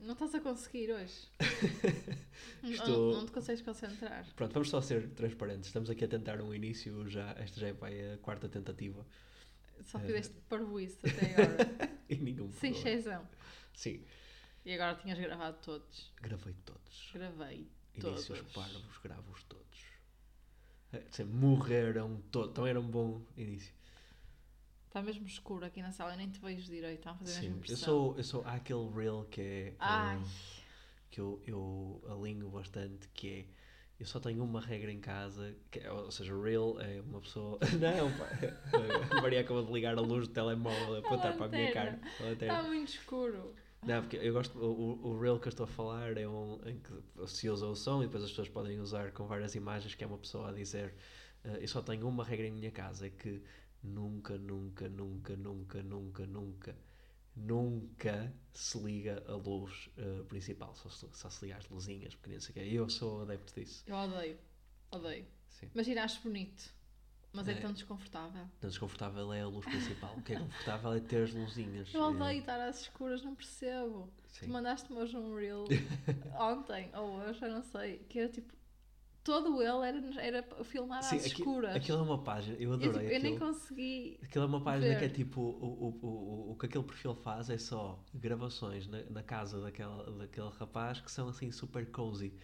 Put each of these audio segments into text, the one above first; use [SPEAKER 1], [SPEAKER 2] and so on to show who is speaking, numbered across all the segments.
[SPEAKER 1] Não estás a conseguir hoje.
[SPEAKER 2] Estou-
[SPEAKER 1] Não, não te consegues concentrar.
[SPEAKER 2] Pronto, vamos só ser transparentes. Estamos aqui a tentar um início, já, esta já é a quarta tentativa.
[SPEAKER 1] Só
[SPEAKER 2] Eh.
[SPEAKER 1] fizeste parvoíce até agora.
[SPEAKER 2] e nenhum
[SPEAKER 1] Sem
[SPEAKER 2] pegou.
[SPEAKER 1] exceção.
[SPEAKER 2] Sim,
[SPEAKER 1] E agora tinhas gravado todos.
[SPEAKER 2] gravei todos.
[SPEAKER 1] Gravei todos.
[SPEAKER 2] Inícios parvos, gravo-os todos. É, sim, morreram todos. Também era um bom início.
[SPEAKER 1] Está mesmo escuro aqui na sala, eu nem te vejo direito. Está a fazer a
[SPEAKER 2] Sim,
[SPEAKER 1] mesma
[SPEAKER 2] eu
[SPEAKER 1] impressão.
[SPEAKER 2] sou, eu sou há aquele reel que é.
[SPEAKER 1] Ai,
[SPEAKER 2] hum, que eu, eu alinho bastante, que é eu só tenho uma regra em casa, que é- ou seja, o Real é uma pessoa. Não, é um, pá, a Maria acabou é, de ligar a luz do telemóvel a apontar para a minha cara.
[SPEAKER 1] lanterna. Ah,
[SPEAKER 2] a lanterna.
[SPEAKER 1] está muito escuro.
[SPEAKER 2] Não, porque eu gosto. O, o- o Reel que eu estou a falar é um em que se usa o som e depois as pessoas podem usar com várias imagens, que é uma pessoa a dizer: "Ah, Eu só tenho uma regra em minha casa, é que nunca, nunca, nunca, nunca, nunca, nunca, nunca se liga a luz ah, principal, só se, só se liga às luzinhas, porque nem sei o quê. Eu sou adepto disso.
[SPEAKER 1] Eu odeio. Odeio.
[SPEAKER 2] Sim.
[SPEAKER 1] Imagina, acho bonito. Mas é,
[SPEAKER 2] É.
[SPEAKER 1] tão desconfortável.
[SPEAKER 2] Então, desconfortável é a luz principal. O que é confortável é ter as luzinhas.
[SPEAKER 1] Eu
[SPEAKER 2] eh,
[SPEAKER 1] odeio estar às escuras, não percebo.
[SPEAKER 2] sim.
[SPEAKER 1] Tu mandaste-me hoje um reel ontem ou hoje, eu não sei, que era tipo. Todo ele era, era filmado
[SPEAKER 2] Sim,
[SPEAKER 1] às
[SPEAKER 2] aqui-
[SPEAKER 1] escuras.
[SPEAKER 2] Aquilo é uma página, eu
[SPEAKER 1] eu, tipo,
[SPEAKER 2] adorei
[SPEAKER 1] eu nem
[SPEAKER 2] aquilo.
[SPEAKER 1] consegui.
[SPEAKER 2] Aquilo é uma página que é
[SPEAKER 1] Ver.
[SPEAKER 2] tipo, o, o, o, o que aquele perfil faz é só gravações na, na casa daquela, daquele rapaz que são assim super cozy.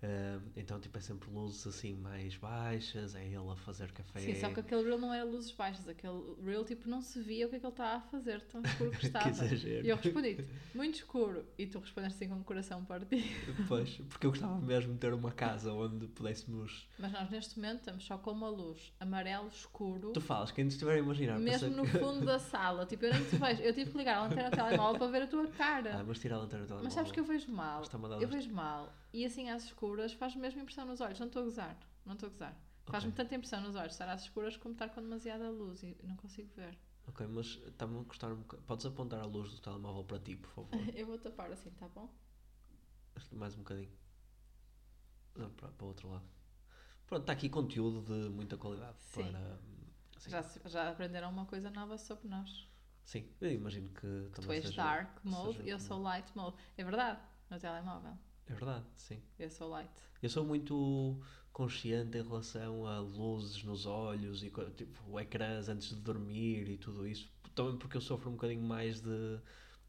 [SPEAKER 2] Ah, então, tipo, é sempre luzes assim mais baixas, é ele a fazer café.
[SPEAKER 1] Sim, só que aquele reel não era luzes baixas, aquele reel tipo não se via o que é que ele estava a fazer, tão escuro que estava.
[SPEAKER 2] exagero.
[SPEAKER 1] e eu respondi-te, muito escuro. E tu respondeste assim com o coração partido.
[SPEAKER 2] Pois, porque eu gostava mesmo de ter uma casa onde pudéssemos.
[SPEAKER 1] Mas nós neste momento estamos só com uma luz amarelo escuro,
[SPEAKER 2] Tu falas, quem nos estiver a imaginar.
[SPEAKER 1] mesmo
[SPEAKER 2] pensa
[SPEAKER 1] no
[SPEAKER 2] que-
[SPEAKER 1] fundo da sala. Tipo, eu nem te vejo. Eu tive que ligar a lanterna do telemóvel para ver a tua cara.
[SPEAKER 2] Ah, mas tira a lanterna do
[SPEAKER 1] Mas sabes que eu vejo mal.
[SPEAKER 2] Está-me a dar
[SPEAKER 1] Eu
[SPEAKER 2] uns-
[SPEAKER 1] vejo mal. E assim às escuras faz mesmo impressão nos olhos. Não estou a gozar. Não estou a gozar. Faz-me
[SPEAKER 2] Ok.
[SPEAKER 1] tanta impressão nos olhos estar às escuras como estar com demasiada luz e não consigo ver.
[SPEAKER 2] Ok, mas está-me a gostar um bocado. Podes apontar a luz do telemóvel para ti, por favor?
[SPEAKER 1] Eu vou tapar assim, tá bom?
[SPEAKER 2] Mais um bocadinho. Não, para, para o outro lado. Pronto, está aqui conteúdo de muita qualidade.
[SPEAKER 1] Sim.
[SPEAKER 2] Para, sim.
[SPEAKER 1] Já, se- já aprenderam uma coisa nova sobre nós.
[SPEAKER 2] Sim, eu imagino que
[SPEAKER 1] Tu
[SPEAKER 2] também
[SPEAKER 1] és
[SPEAKER 2] seja-
[SPEAKER 1] dark mode,
[SPEAKER 2] seja
[SPEAKER 1] eu sou light mode. É verdade, no telemóvel.
[SPEAKER 2] É verdade, sim.
[SPEAKER 1] Eu sou light.
[SPEAKER 2] Eu sou muito consciente em relação a luzes nos olhos e co- tipo, ecrãs antes de dormir e tudo isso. Também porque eu sofro um bocadinho mais de.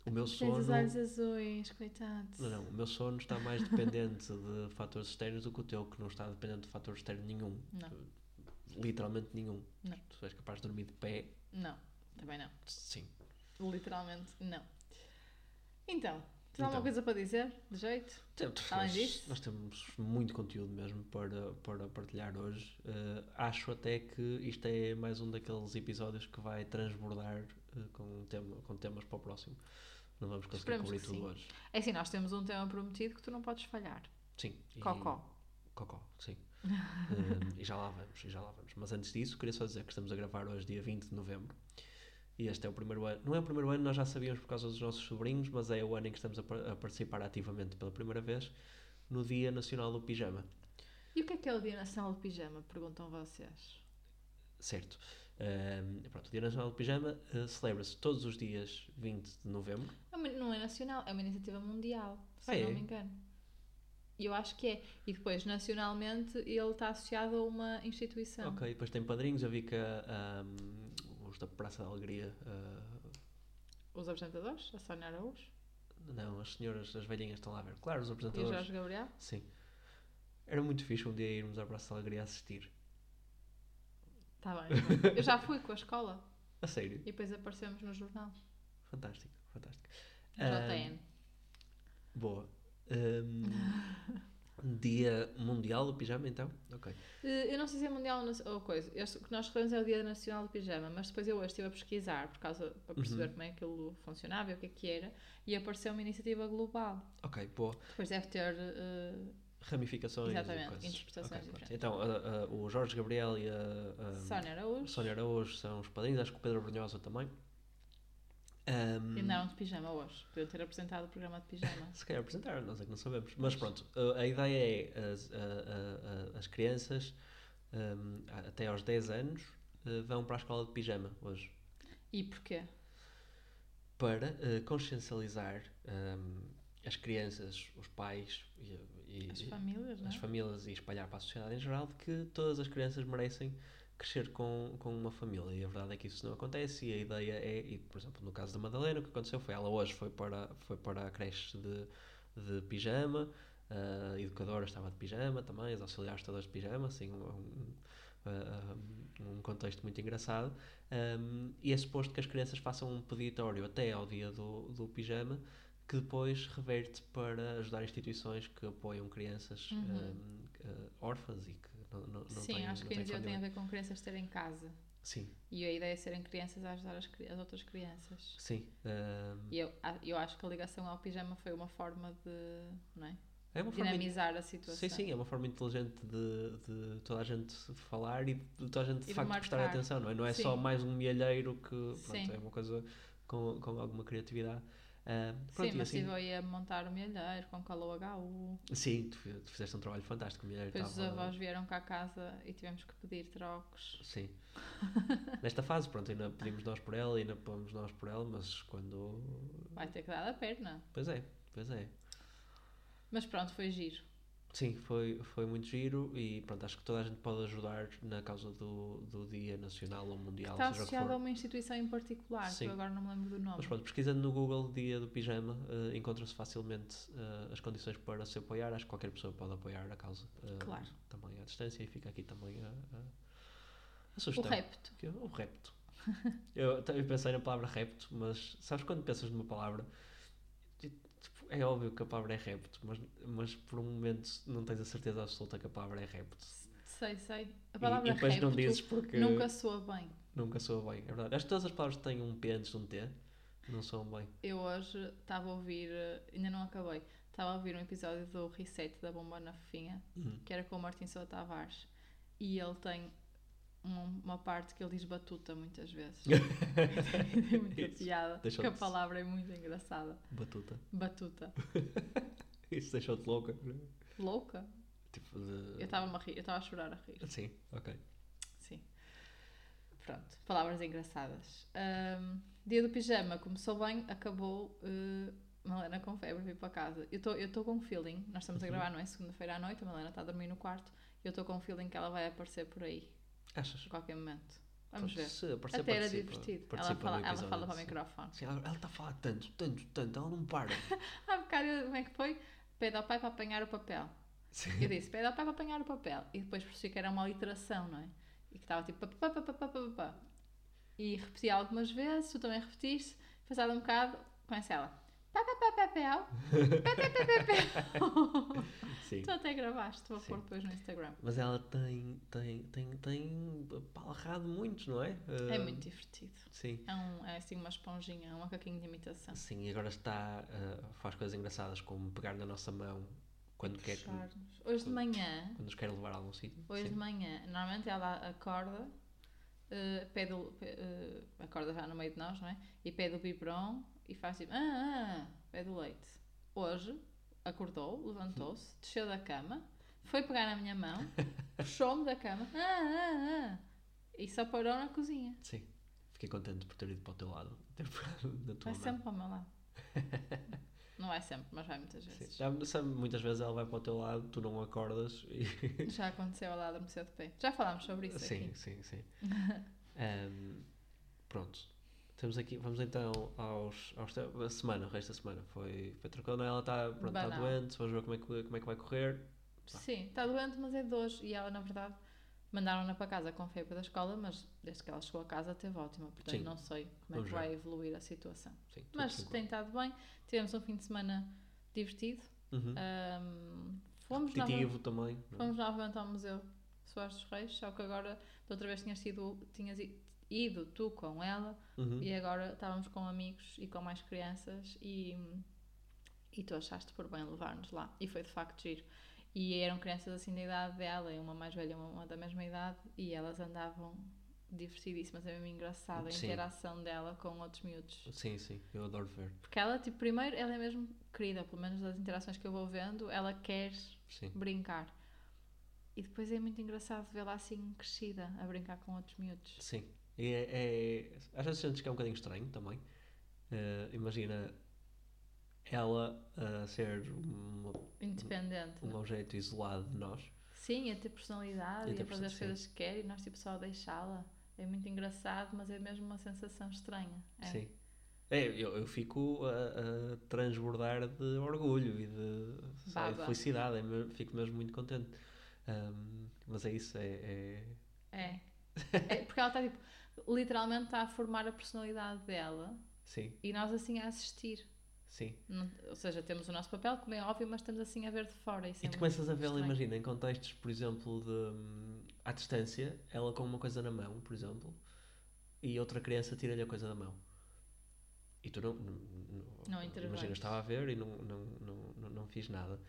[SPEAKER 2] O meu
[SPEAKER 1] Tens
[SPEAKER 2] sono.
[SPEAKER 1] os olhos azuis, coitados.
[SPEAKER 2] Não, não, o meu sono está mais dependente de fatores externos do que o teu, que não está dependente de fator externo nenhum.
[SPEAKER 1] Não.
[SPEAKER 2] Literalmente nenhum.
[SPEAKER 1] Não.
[SPEAKER 2] Tu és capaz de dormir de pé,
[SPEAKER 1] Não, também não.
[SPEAKER 2] sim.
[SPEAKER 1] Literalmente, não. Então, tens
[SPEAKER 2] Então.
[SPEAKER 1] alguma coisa para dizer? De jeito?
[SPEAKER 2] Temos-
[SPEAKER 1] Além
[SPEAKER 2] nós,
[SPEAKER 1] disso?
[SPEAKER 2] nós temos muito conteúdo mesmo para, para partilhar hoje. Eh, acho até que isto é mais um daqueles episódios que vai transbordar eh, com, tema, com temas para o próximo. Não vamos conseguir
[SPEAKER 1] Esperemos
[SPEAKER 2] cobrir
[SPEAKER 1] que
[SPEAKER 2] tudo
[SPEAKER 1] sim.
[SPEAKER 2] hoje.
[SPEAKER 1] É assim, nós temos um tema prometido que tu não podes falhar.
[SPEAKER 2] Sim. e-
[SPEAKER 1] Cocó.
[SPEAKER 2] Cocó, sim. Hum, e já lá vamos, e já lá vamos. Mas antes disso, queria só dizer que estamos a gravar hoje, dia 20 de novembro. E este é o primeiro ano. Não é o primeiro ano, nós já sabíamos por causa dos nossos sobrinhos, mas é o ano em que estamos a, par- a participar ativamente pela primeira vez no Dia Nacional do Pijama.
[SPEAKER 1] E o que é que é o Dia Nacional do Pijama? Perguntam vocês.
[SPEAKER 2] Certo. Hum, pronto, o Dia Nacional do Pijama eh, celebra-se todos os dias 20 de novembro.
[SPEAKER 1] É uma- Não é nacional, é uma iniciativa mundial, se
[SPEAKER 2] Ah,
[SPEAKER 1] eu não
[SPEAKER 2] é?
[SPEAKER 1] me engano. E Eu acho que é. E depois, nacionalmente, ele está associado a uma instituição.
[SPEAKER 2] Ok, depois tem padrinhos. Eu vi que ah, hum, os da Praça da Alegria. ah,
[SPEAKER 1] Os apresentadores, a Sónia Araújo
[SPEAKER 2] não, as senhoras, as velhinhas estão lá a ver. Claro, os
[SPEAKER 1] e o
[SPEAKER 2] apresentadores.
[SPEAKER 1] Jorge Gabriel.
[SPEAKER 2] Sim. Era muito fixe um dia irmos à Praça da Alegria assistir.
[SPEAKER 1] Está Tá bem. Eu já fui com a escola
[SPEAKER 2] A sério.
[SPEAKER 1] e depois aparecemos no jornal.
[SPEAKER 2] Fantástico, fantástico.
[SPEAKER 1] No
[SPEAKER 2] Ah,
[SPEAKER 1] JN.
[SPEAKER 2] Boa. Ahm, dia Mundial do Pijama, então? Ok.
[SPEAKER 1] Eh, Eu não sei se é mundial ou nas- ou coisa. Este- o que nós recebemos é o Dia Nacional do Pijama, mas depois eu hoje estive a pesquisar por causa,
[SPEAKER 2] Uhum.
[SPEAKER 1] para perceber como é que aquilo funcionava e o que é que era, e apareceu uma iniciativa global.
[SPEAKER 2] Ok, boa.
[SPEAKER 1] Depois deve ter. eh,
[SPEAKER 2] Ramificações
[SPEAKER 1] Exatamente,
[SPEAKER 2] e coisas.
[SPEAKER 1] interpretações
[SPEAKER 2] Ok, pronto.
[SPEAKER 1] diferentes.
[SPEAKER 2] Então, a- a- o Jorge Gabriel e a, a
[SPEAKER 1] Sónia Araújo.
[SPEAKER 2] Ah, Sónia Araújo são os padrinhos, acho que o Pedro Brunhosa também. Ahm,
[SPEAKER 1] E andaram de pijama hoje. Podiam ter apresentado o programa de pijama.
[SPEAKER 2] Se calhar apresentaram, nós é que não sabemos. Mas pronto, a- a ideia é as, a- a- a- as crianças hum, a- até aos 10 anos eh, vão para a escola de pijama hoje
[SPEAKER 1] E porquê?
[SPEAKER 2] para eh, consciencializar hum, as crianças, os pais e, e-
[SPEAKER 1] As
[SPEAKER 2] e-
[SPEAKER 1] famílias, não
[SPEAKER 2] as
[SPEAKER 1] é?
[SPEAKER 2] famílias e espalhar para a sociedade em geral de que todas as crianças merecem crescer com, com uma família e a verdade é que isso não acontece e a ideia é, e, por exemplo no caso da Madalena o que aconteceu foi ela hoje foi para, foi para a creche de, de pijama ah, a educadora estava de pijama também, os auxiliares todas de pijama assim um, um, ah, ah, um contexto muito engraçado Ahm, e é suposto que as crianças façam um peditório até ao dia do, do pijama que depois reverte para ajudar instituições que apoiam crianças
[SPEAKER 1] Uhum.
[SPEAKER 2] ahm, eh, órfãs e que não, não, não
[SPEAKER 1] Sim,
[SPEAKER 2] têm,
[SPEAKER 1] acho
[SPEAKER 2] não
[SPEAKER 1] que
[SPEAKER 2] têm
[SPEAKER 1] a iniciativa tem a
[SPEAKER 2] família.
[SPEAKER 1] ver com crianças estarem em casa.
[SPEAKER 2] Sim,
[SPEAKER 1] E a ideia é serem crianças a ajudar as, cri- as outras crianças.
[SPEAKER 2] sim. ahm,
[SPEAKER 1] E eu, a- eu acho que a ligação ao pijama foi uma forma de não é?
[SPEAKER 2] é uma forma
[SPEAKER 1] dinamizar a situação.
[SPEAKER 2] Sim, sim, é uma forma inteligente de, de toda a gente falar e de toda a gente de
[SPEAKER 1] E de
[SPEAKER 2] facto prestar
[SPEAKER 1] marcar.
[SPEAKER 2] atenção, não é? Não é só
[SPEAKER 1] Sim.
[SPEAKER 2] mais um milheiro que pronto,
[SPEAKER 1] Sim.
[SPEAKER 2] é uma coisa com, com alguma criatividade. Ah, pronto,
[SPEAKER 1] Sim,
[SPEAKER 2] e
[SPEAKER 1] mas
[SPEAKER 2] assim,
[SPEAKER 1] estive aí a montar o milheiro com calor HU.
[SPEAKER 2] sim, tu, fi- tu fizeste um trabalho fantástico. O milheiro
[SPEAKER 1] Depois os
[SPEAKER 2] estava-
[SPEAKER 1] avós vieram cá a casa e tivemos que pedir trocos.
[SPEAKER 2] Sim. Nesta fase, pronto, ainda pedimos nós por ela, ainda pomos nós por ela, mas quando.
[SPEAKER 1] Vai ter que dar da perna.
[SPEAKER 2] Pois é, pois é.
[SPEAKER 1] Mas pronto, foi giro.
[SPEAKER 2] Sim, foi, foi muito giro e pronto, acho que toda a gente pode ajudar na causa do, do Dia Nacional ou Mundial, seja o
[SPEAKER 1] Está
[SPEAKER 2] que
[SPEAKER 1] tá associado a
[SPEAKER 2] for.
[SPEAKER 1] uma instituição em particular, que
[SPEAKER 2] Sim.
[SPEAKER 1] eu agora não me lembro do nome.
[SPEAKER 2] Mas pronto, pesquisando no Google Dia do Pijama, eh, encontra-se facilmente eh, as condições para se apoiar. Acho que qualquer pessoa pode apoiar a causa eh,
[SPEAKER 1] Claro.
[SPEAKER 2] também à distância e fica aqui também a, a, a
[SPEAKER 1] o
[SPEAKER 2] sugestão.
[SPEAKER 1] repto.
[SPEAKER 2] Que é o repto. Eu também pensei na palavra repto, mas sabes quando pensas numa palavra? e, tipo, É óbvio que a palavra é repto, mas, mas por um momento não tens a certeza absoluta que a palavra é repto.
[SPEAKER 1] Sei, sei.
[SPEAKER 2] E-
[SPEAKER 1] A palavra
[SPEAKER 2] e depois
[SPEAKER 1] repto
[SPEAKER 2] não dizes porque
[SPEAKER 1] nunca
[SPEAKER 2] nunca...
[SPEAKER 1] soa bem.
[SPEAKER 2] soa bem, é verdade. Acho que todas as palavras que têm um P antes de um T não soam bem.
[SPEAKER 1] Eu hoje estava a ouvir, eh, ainda não acabei, estava a ouvir um episódio do Reset da Bomba na Fofinha,
[SPEAKER 2] Uhum.
[SPEAKER 1] que era com o Martin Sousa Tavares. E ele tem um- uma parte que ele diz batuta muitas vezes. tem muita
[SPEAKER 2] Isso.
[SPEAKER 1] piada,
[SPEAKER 2] Deixa
[SPEAKER 1] porque a
[SPEAKER 2] de-
[SPEAKER 1] palavra é muito engraçada.
[SPEAKER 2] Batuta.
[SPEAKER 1] Batuta.
[SPEAKER 2] Isso deixou-te louca. não é?
[SPEAKER 1] Louca?
[SPEAKER 2] Tipo de.
[SPEAKER 1] Eu estava a rir, eu estava a chorar a rir.
[SPEAKER 2] Sim, ok.
[SPEAKER 1] Sim. Pronto, palavras engraçadas. Ahm, dia do pijama, começou bem, acabou. eh, Malena com febre veio para casa. Eu tô- eu estou com um feeling, nós estamos a
[SPEAKER 2] Uhum.
[SPEAKER 1] gravar, não é? Segunda-feira à noite, a Malena está a dormir no quarto. Eu estou com um feeling que ela vai aparecer por aí,
[SPEAKER 2] Achas?
[SPEAKER 1] a qualquer momento. Vamos
[SPEAKER 2] Pronto,
[SPEAKER 1] ver.
[SPEAKER 2] Se aparecer,
[SPEAKER 1] Até era
[SPEAKER 2] participa-
[SPEAKER 1] divertido. Ela
[SPEAKER 2] participa do
[SPEAKER 1] fala, ela
[SPEAKER 2] episódio,
[SPEAKER 1] fala para o
[SPEAKER 2] sim.
[SPEAKER 1] microfone.
[SPEAKER 2] Sim, ela está a falar tanto, tanto, tanto, ela não para.
[SPEAKER 1] Há bocado, eu- como é que foi? Pede ao pai para apanhar o papel.
[SPEAKER 2] Sim.
[SPEAKER 1] Eu disse, pede ao pai para apanhar o papel. E depois percebi que era uma literação, não é? E que estava tipo. pá, pá, pá, pá, pá, pá, pá. E repeti algumas vezes, tu também repetiste. Passado um bocado, começa ela. Pá, pá, pá, papel. Pá, pá, pá, papel.
[SPEAKER 2] Sim.
[SPEAKER 1] tu até gravaste, vou
[SPEAKER 2] Sim.
[SPEAKER 1] pôr depois no Instagram.
[SPEAKER 2] Mas ela tem, tem, tem, tem palrado muitos, não é?
[SPEAKER 1] É
[SPEAKER 2] Ah,
[SPEAKER 1] muito divertido.
[SPEAKER 2] Sim.
[SPEAKER 1] É, um, é assim uma esponjinha, um macaquinho de imitação.
[SPEAKER 2] Sim, e agora está, ah, faz coisas engraçadas como pegar na nossa mão quando quer que-
[SPEAKER 1] Puxar-nos. Hoje de manhã,
[SPEAKER 2] quando nos quer levar a algum sítio.
[SPEAKER 1] Hoje
[SPEAKER 2] Sim.
[SPEAKER 1] de manhã, normalmente ela acorda, eh, pede, o- pe- eh, acorda já no meio de nós, não é? E pede o biberon e faz tipo, ah, ah, pede o leite. Hoje, acordou, levantou-se,
[SPEAKER 2] Uhum.
[SPEAKER 1] desceu da cama, foi pegar na minha mão, puxou-me da cama, ah, ah, ah, e só parou na cozinha.
[SPEAKER 2] Sim. Fiquei contente por ter ido para o teu lado, ter pegado na tua
[SPEAKER 1] Vai
[SPEAKER 2] mão.
[SPEAKER 1] É sempre para o meu lado. Não é sempre, mas vai muitas vezes.
[SPEAKER 2] Sim. Já- sabe, muitas vezes ela vai para o teu lado, tu não acordas e.
[SPEAKER 1] Já aconteceu ao lado do Museu de Pé. Já falámos sobre isso é
[SPEAKER 2] Sim,
[SPEAKER 1] aqui.
[SPEAKER 2] sim, sim. Ahm, pronto. Temos aqui, vamos então aos, aos te- a semana, o resto da semana. Foi, foi tranquilo, é? ela está pronto, está
[SPEAKER 1] Banal.
[SPEAKER 2] doente, vamos ver como é, que, como é que vai correr.
[SPEAKER 1] Sim, está doente, mas é de hoje. E ela, na verdade, mandaram-na para casa com febre da escola, mas desde que ela chegou a casa teve ótima. Portanto,
[SPEAKER 2] Sim.
[SPEAKER 1] não sei como é
[SPEAKER 2] Vamos
[SPEAKER 1] que vai evoluir a situação.
[SPEAKER 2] Sim, tudo
[SPEAKER 1] Mas
[SPEAKER 2] tranquilo.
[SPEAKER 1] tem estado bem. Tivemos um fim de semana divertido.
[SPEAKER 2] Uhum.
[SPEAKER 1] Ahm, eh, fomos, novamente,
[SPEAKER 2] Repetitivo também. não é?
[SPEAKER 1] fomos novamente ao Museu Soares dos Reis, só que agora, da outra vez, tinhas, sido, tinhas i- ido tu com ela
[SPEAKER 2] Uhum.
[SPEAKER 1] e agora estávamos com amigos e com mais crianças e, e tu achaste por bem levar-nos lá. E foi de facto giro. E eram crianças assim da idade dela, e uma mais velha e uma da mesma idade, e elas andavam divertidíssimas, é mesmo engraçado a
[SPEAKER 2] Sim.
[SPEAKER 1] interação dela com outros miúdos.
[SPEAKER 2] Sim, sim, eu adoro ver.
[SPEAKER 1] Porque ela, tipo, primeiro, ela é mesmo querida, pelo menos das interações que eu vou vendo, ela quer
[SPEAKER 2] Sim.
[SPEAKER 1] brincar. E depois é muito engraçado vê-la assim crescida, a brincar com outros miúdos.
[SPEAKER 2] Sim. E é, é- às vezes sentes que é um bocadinho estranho também. Eh, imagina, ela a ser uma-
[SPEAKER 1] Independente.
[SPEAKER 2] um
[SPEAKER 1] não é?
[SPEAKER 2] objeto isolado de nós.
[SPEAKER 1] Sim, a ter personalidade
[SPEAKER 2] E a
[SPEAKER 1] e
[SPEAKER 2] ter
[SPEAKER 1] a fazer as
[SPEAKER 2] personalidade,
[SPEAKER 1] coisas que quer e nós tipo só deixá-la. É muito engraçado, mas é mesmo uma sensação estranha. É.
[SPEAKER 2] Sim. É, eu, eu fico a, a transbordar de orgulho e de, sei lá, de
[SPEAKER 1] Baba.
[SPEAKER 2] felicidade. É me- fico mesmo muito contente. Ahm, mas é isso, é, é-
[SPEAKER 1] É. É, porque ela está tipo, literalmente está a formar a personalidade dela
[SPEAKER 2] Sim,
[SPEAKER 1] e nós assim a assistir.
[SPEAKER 2] sim.
[SPEAKER 1] Não- Ou seja, temos o nosso papel, como é óbvio, mas estamos assim a ver de fora. Isso
[SPEAKER 2] E
[SPEAKER 1] é
[SPEAKER 2] tu
[SPEAKER 1] muito
[SPEAKER 2] começas a vê-la,
[SPEAKER 1] estranho.
[SPEAKER 2] imagina, em contextos, por exemplo, de hum, à distância, ela com uma coisa na mão, por exemplo, e outra criança tira-lhe a coisa da mão. E tu não. Não,
[SPEAKER 1] Não
[SPEAKER 2] Imagina,
[SPEAKER 1] intervens.
[SPEAKER 2] estava a ver e não, não, não, não, não fiz nada.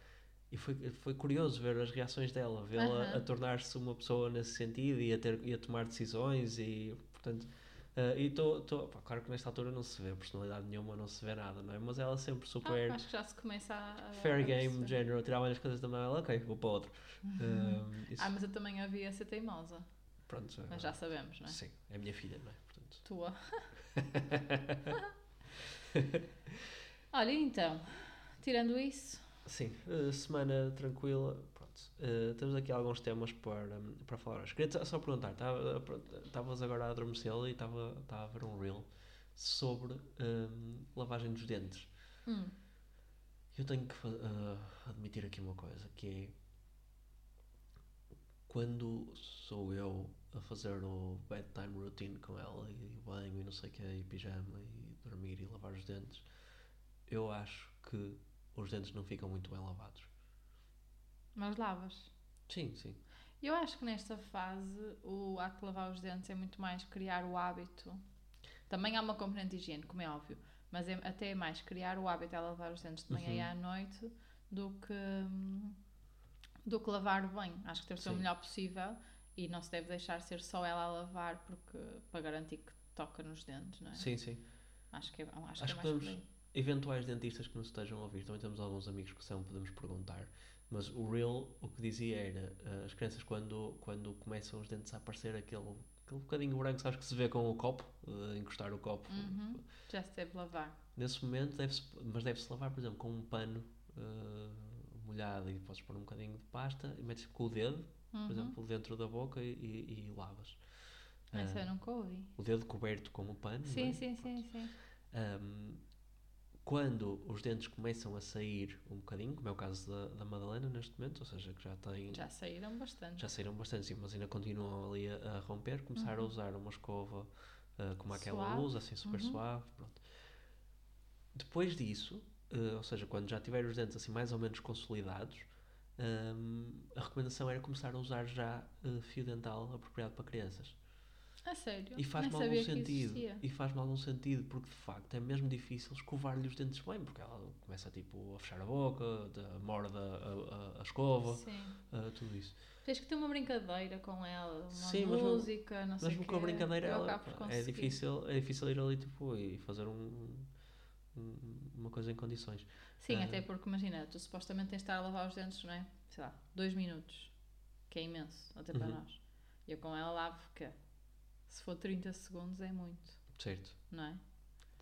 [SPEAKER 2] E foi, foi curioso ver as reações dela, vê-la
[SPEAKER 1] Aham.
[SPEAKER 2] a tornar-se uma pessoa nesse sentido e a, ter, e a tomar decisões e, portanto. ah, e tô, tô, pá, claro que nesta altura não se vê personalidade nenhuma, não se vê nada, não é? Mas ela sempre
[SPEAKER 1] Ah,
[SPEAKER 2] super
[SPEAKER 1] acho que já se começa a. a-
[SPEAKER 2] Fair
[SPEAKER 1] a
[SPEAKER 2] game,
[SPEAKER 1] perceber.
[SPEAKER 2] género, tirava-lhe as coisas da mão, ela, ok, vou para outro. Ahm, isso,
[SPEAKER 1] Ah, mas eu também havia a ser teimosa.
[SPEAKER 2] pronto,
[SPEAKER 1] Mas já sabemos, não é?
[SPEAKER 2] Sim, é a minha filha, não é? Portanto,
[SPEAKER 1] Tua. Olha, então, tirando isso,
[SPEAKER 2] sim, eh, semana tranquila, pronto. Eh, temos aqui alguns temas para, para falar hoje. Queria só perguntar, estava- estavas agora a adormecê-la e estava estava a ver um reel sobre ehm, lavagem dos dentes.
[SPEAKER 1] hum,
[SPEAKER 2] Eu tenho que fa- ah, admitir aqui uma coisa, que é quando sou eu a fazer o bedtime routine com ela e banho e não sei o que, e pijama e dormir e lavar os dentes, eu acho que os dentes não ficam muito bem lavados.
[SPEAKER 1] mas lavas.
[SPEAKER 2] Sim, sim.
[SPEAKER 1] Eu acho que nesta fase o ato de lavar os dentes é muito mais criar o hábito. Também há uma componente de higiene, como é óbvio, mas é, até é mais criar o hábito a lavar os dentes de manhã e
[SPEAKER 2] Uhum.
[SPEAKER 1] à noite do que, hum, do que lavar bem. Acho que deve ser o
[SPEAKER 2] Sim.
[SPEAKER 1] melhor possível e não se deve deixar ser só ela a lavar porque, para garantir que toca nos dentes, não é?
[SPEAKER 2] Sim, sim.
[SPEAKER 1] Acho que é,
[SPEAKER 2] Acho
[SPEAKER 1] acho que é
[SPEAKER 2] que
[SPEAKER 1] mais por
[SPEAKER 2] podemos-
[SPEAKER 1] aí.
[SPEAKER 2] Eventuais dentistas que nos estejam a ouvir, também temos alguns amigos que são, podemos perguntar. Mas o real, o que dizia era, ah, as crianças quando, quando começam os dentes a aparecer aquele, aquele bocadinho branco, sabes que se vê com o copo, de encostar o copo
[SPEAKER 1] Uhum. Já se deve lavar.
[SPEAKER 2] Nesse momento, deve-se, mas deve-se lavar, por exemplo, com um pano eh, molhado e podes pôr um bocadinho de pasta e metes com o dedo,
[SPEAKER 1] Uhum.
[SPEAKER 2] por exemplo, dentro da boca e, e- e lavas.
[SPEAKER 1] Ah, Isso
[SPEAKER 2] Ah,
[SPEAKER 1] eu nunca ouvi.
[SPEAKER 2] O dedo coberto com o pano. não
[SPEAKER 1] Sim,
[SPEAKER 2] é?
[SPEAKER 1] sim,
[SPEAKER 2] Pronto.
[SPEAKER 1] sim, sim.
[SPEAKER 2] Ahm, quando os dentes começam a sair um bocadinho, como é o caso da, da Madalena neste momento, ou seja, que já tem.
[SPEAKER 1] Já saíram bastante.
[SPEAKER 2] já saíram bastante, sim, mas ainda continuam ali a, a romper, começar a
[SPEAKER 1] Uhum.
[SPEAKER 2] usar uma escova ah, como aquela
[SPEAKER 1] Suave.
[SPEAKER 2] usa, assim super
[SPEAKER 1] Uhum.
[SPEAKER 2] suave, pronto. Depois disso, ah, ou seja, quando já tiver os dentes assim mais ou menos consolidados, ahm, a recomendação era começar a usar já ah, fio dental apropriado para crianças.
[SPEAKER 1] A Ah, sério.
[SPEAKER 2] E faz-me
[SPEAKER 1] Nem
[SPEAKER 2] algum
[SPEAKER 1] sabia que
[SPEAKER 2] sentido.
[SPEAKER 1] existia.
[SPEAKER 2] E faz-me algum sentido, porque de facto é mesmo difícil escovar-lhe os dentes bem, porque ela começa tipo a fechar a boca, a morde a, a- a escova,
[SPEAKER 1] Sim.
[SPEAKER 2] ah, tudo isso.
[SPEAKER 1] Tens que ter uma brincadeira com ela, uma
[SPEAKER 2] Sim, mas não-
[SPEAKER 1] música, não sei
[SPEAKER 2] Mesmo
[SPEAKER 1] o
[SPEAKER 2] com a
[SPEAKER 1] quê.
[SPEAKER 2] brincadeira,
[SPEAKER 1] Eu
[SPEAKER 2] ela,
[SPEAKER 1] acabo por
[SPEAKER 2] pá, é,
[SPEAKER 1] conseguir.
[SPEAKER 2] difícil, é difícil ir ali tipo, e fazer um, um- uma coisa em condições.
[SPEAKER 1] Sim,
[SPEAKER 2] Ah.
[SPEAKER 1] até porque imagina, tu supostamente tens de estar a lavar os dentes, não é? Sei lá, dois minutos. Que é imenso, até para
[SPEAKER 2] Uhum.
[SPEAKER 1] nós. Eu com ela lavo que se for 30 segundos é muito,
[SPEAKER 2] Certo.
[SPEAKER 1] não é?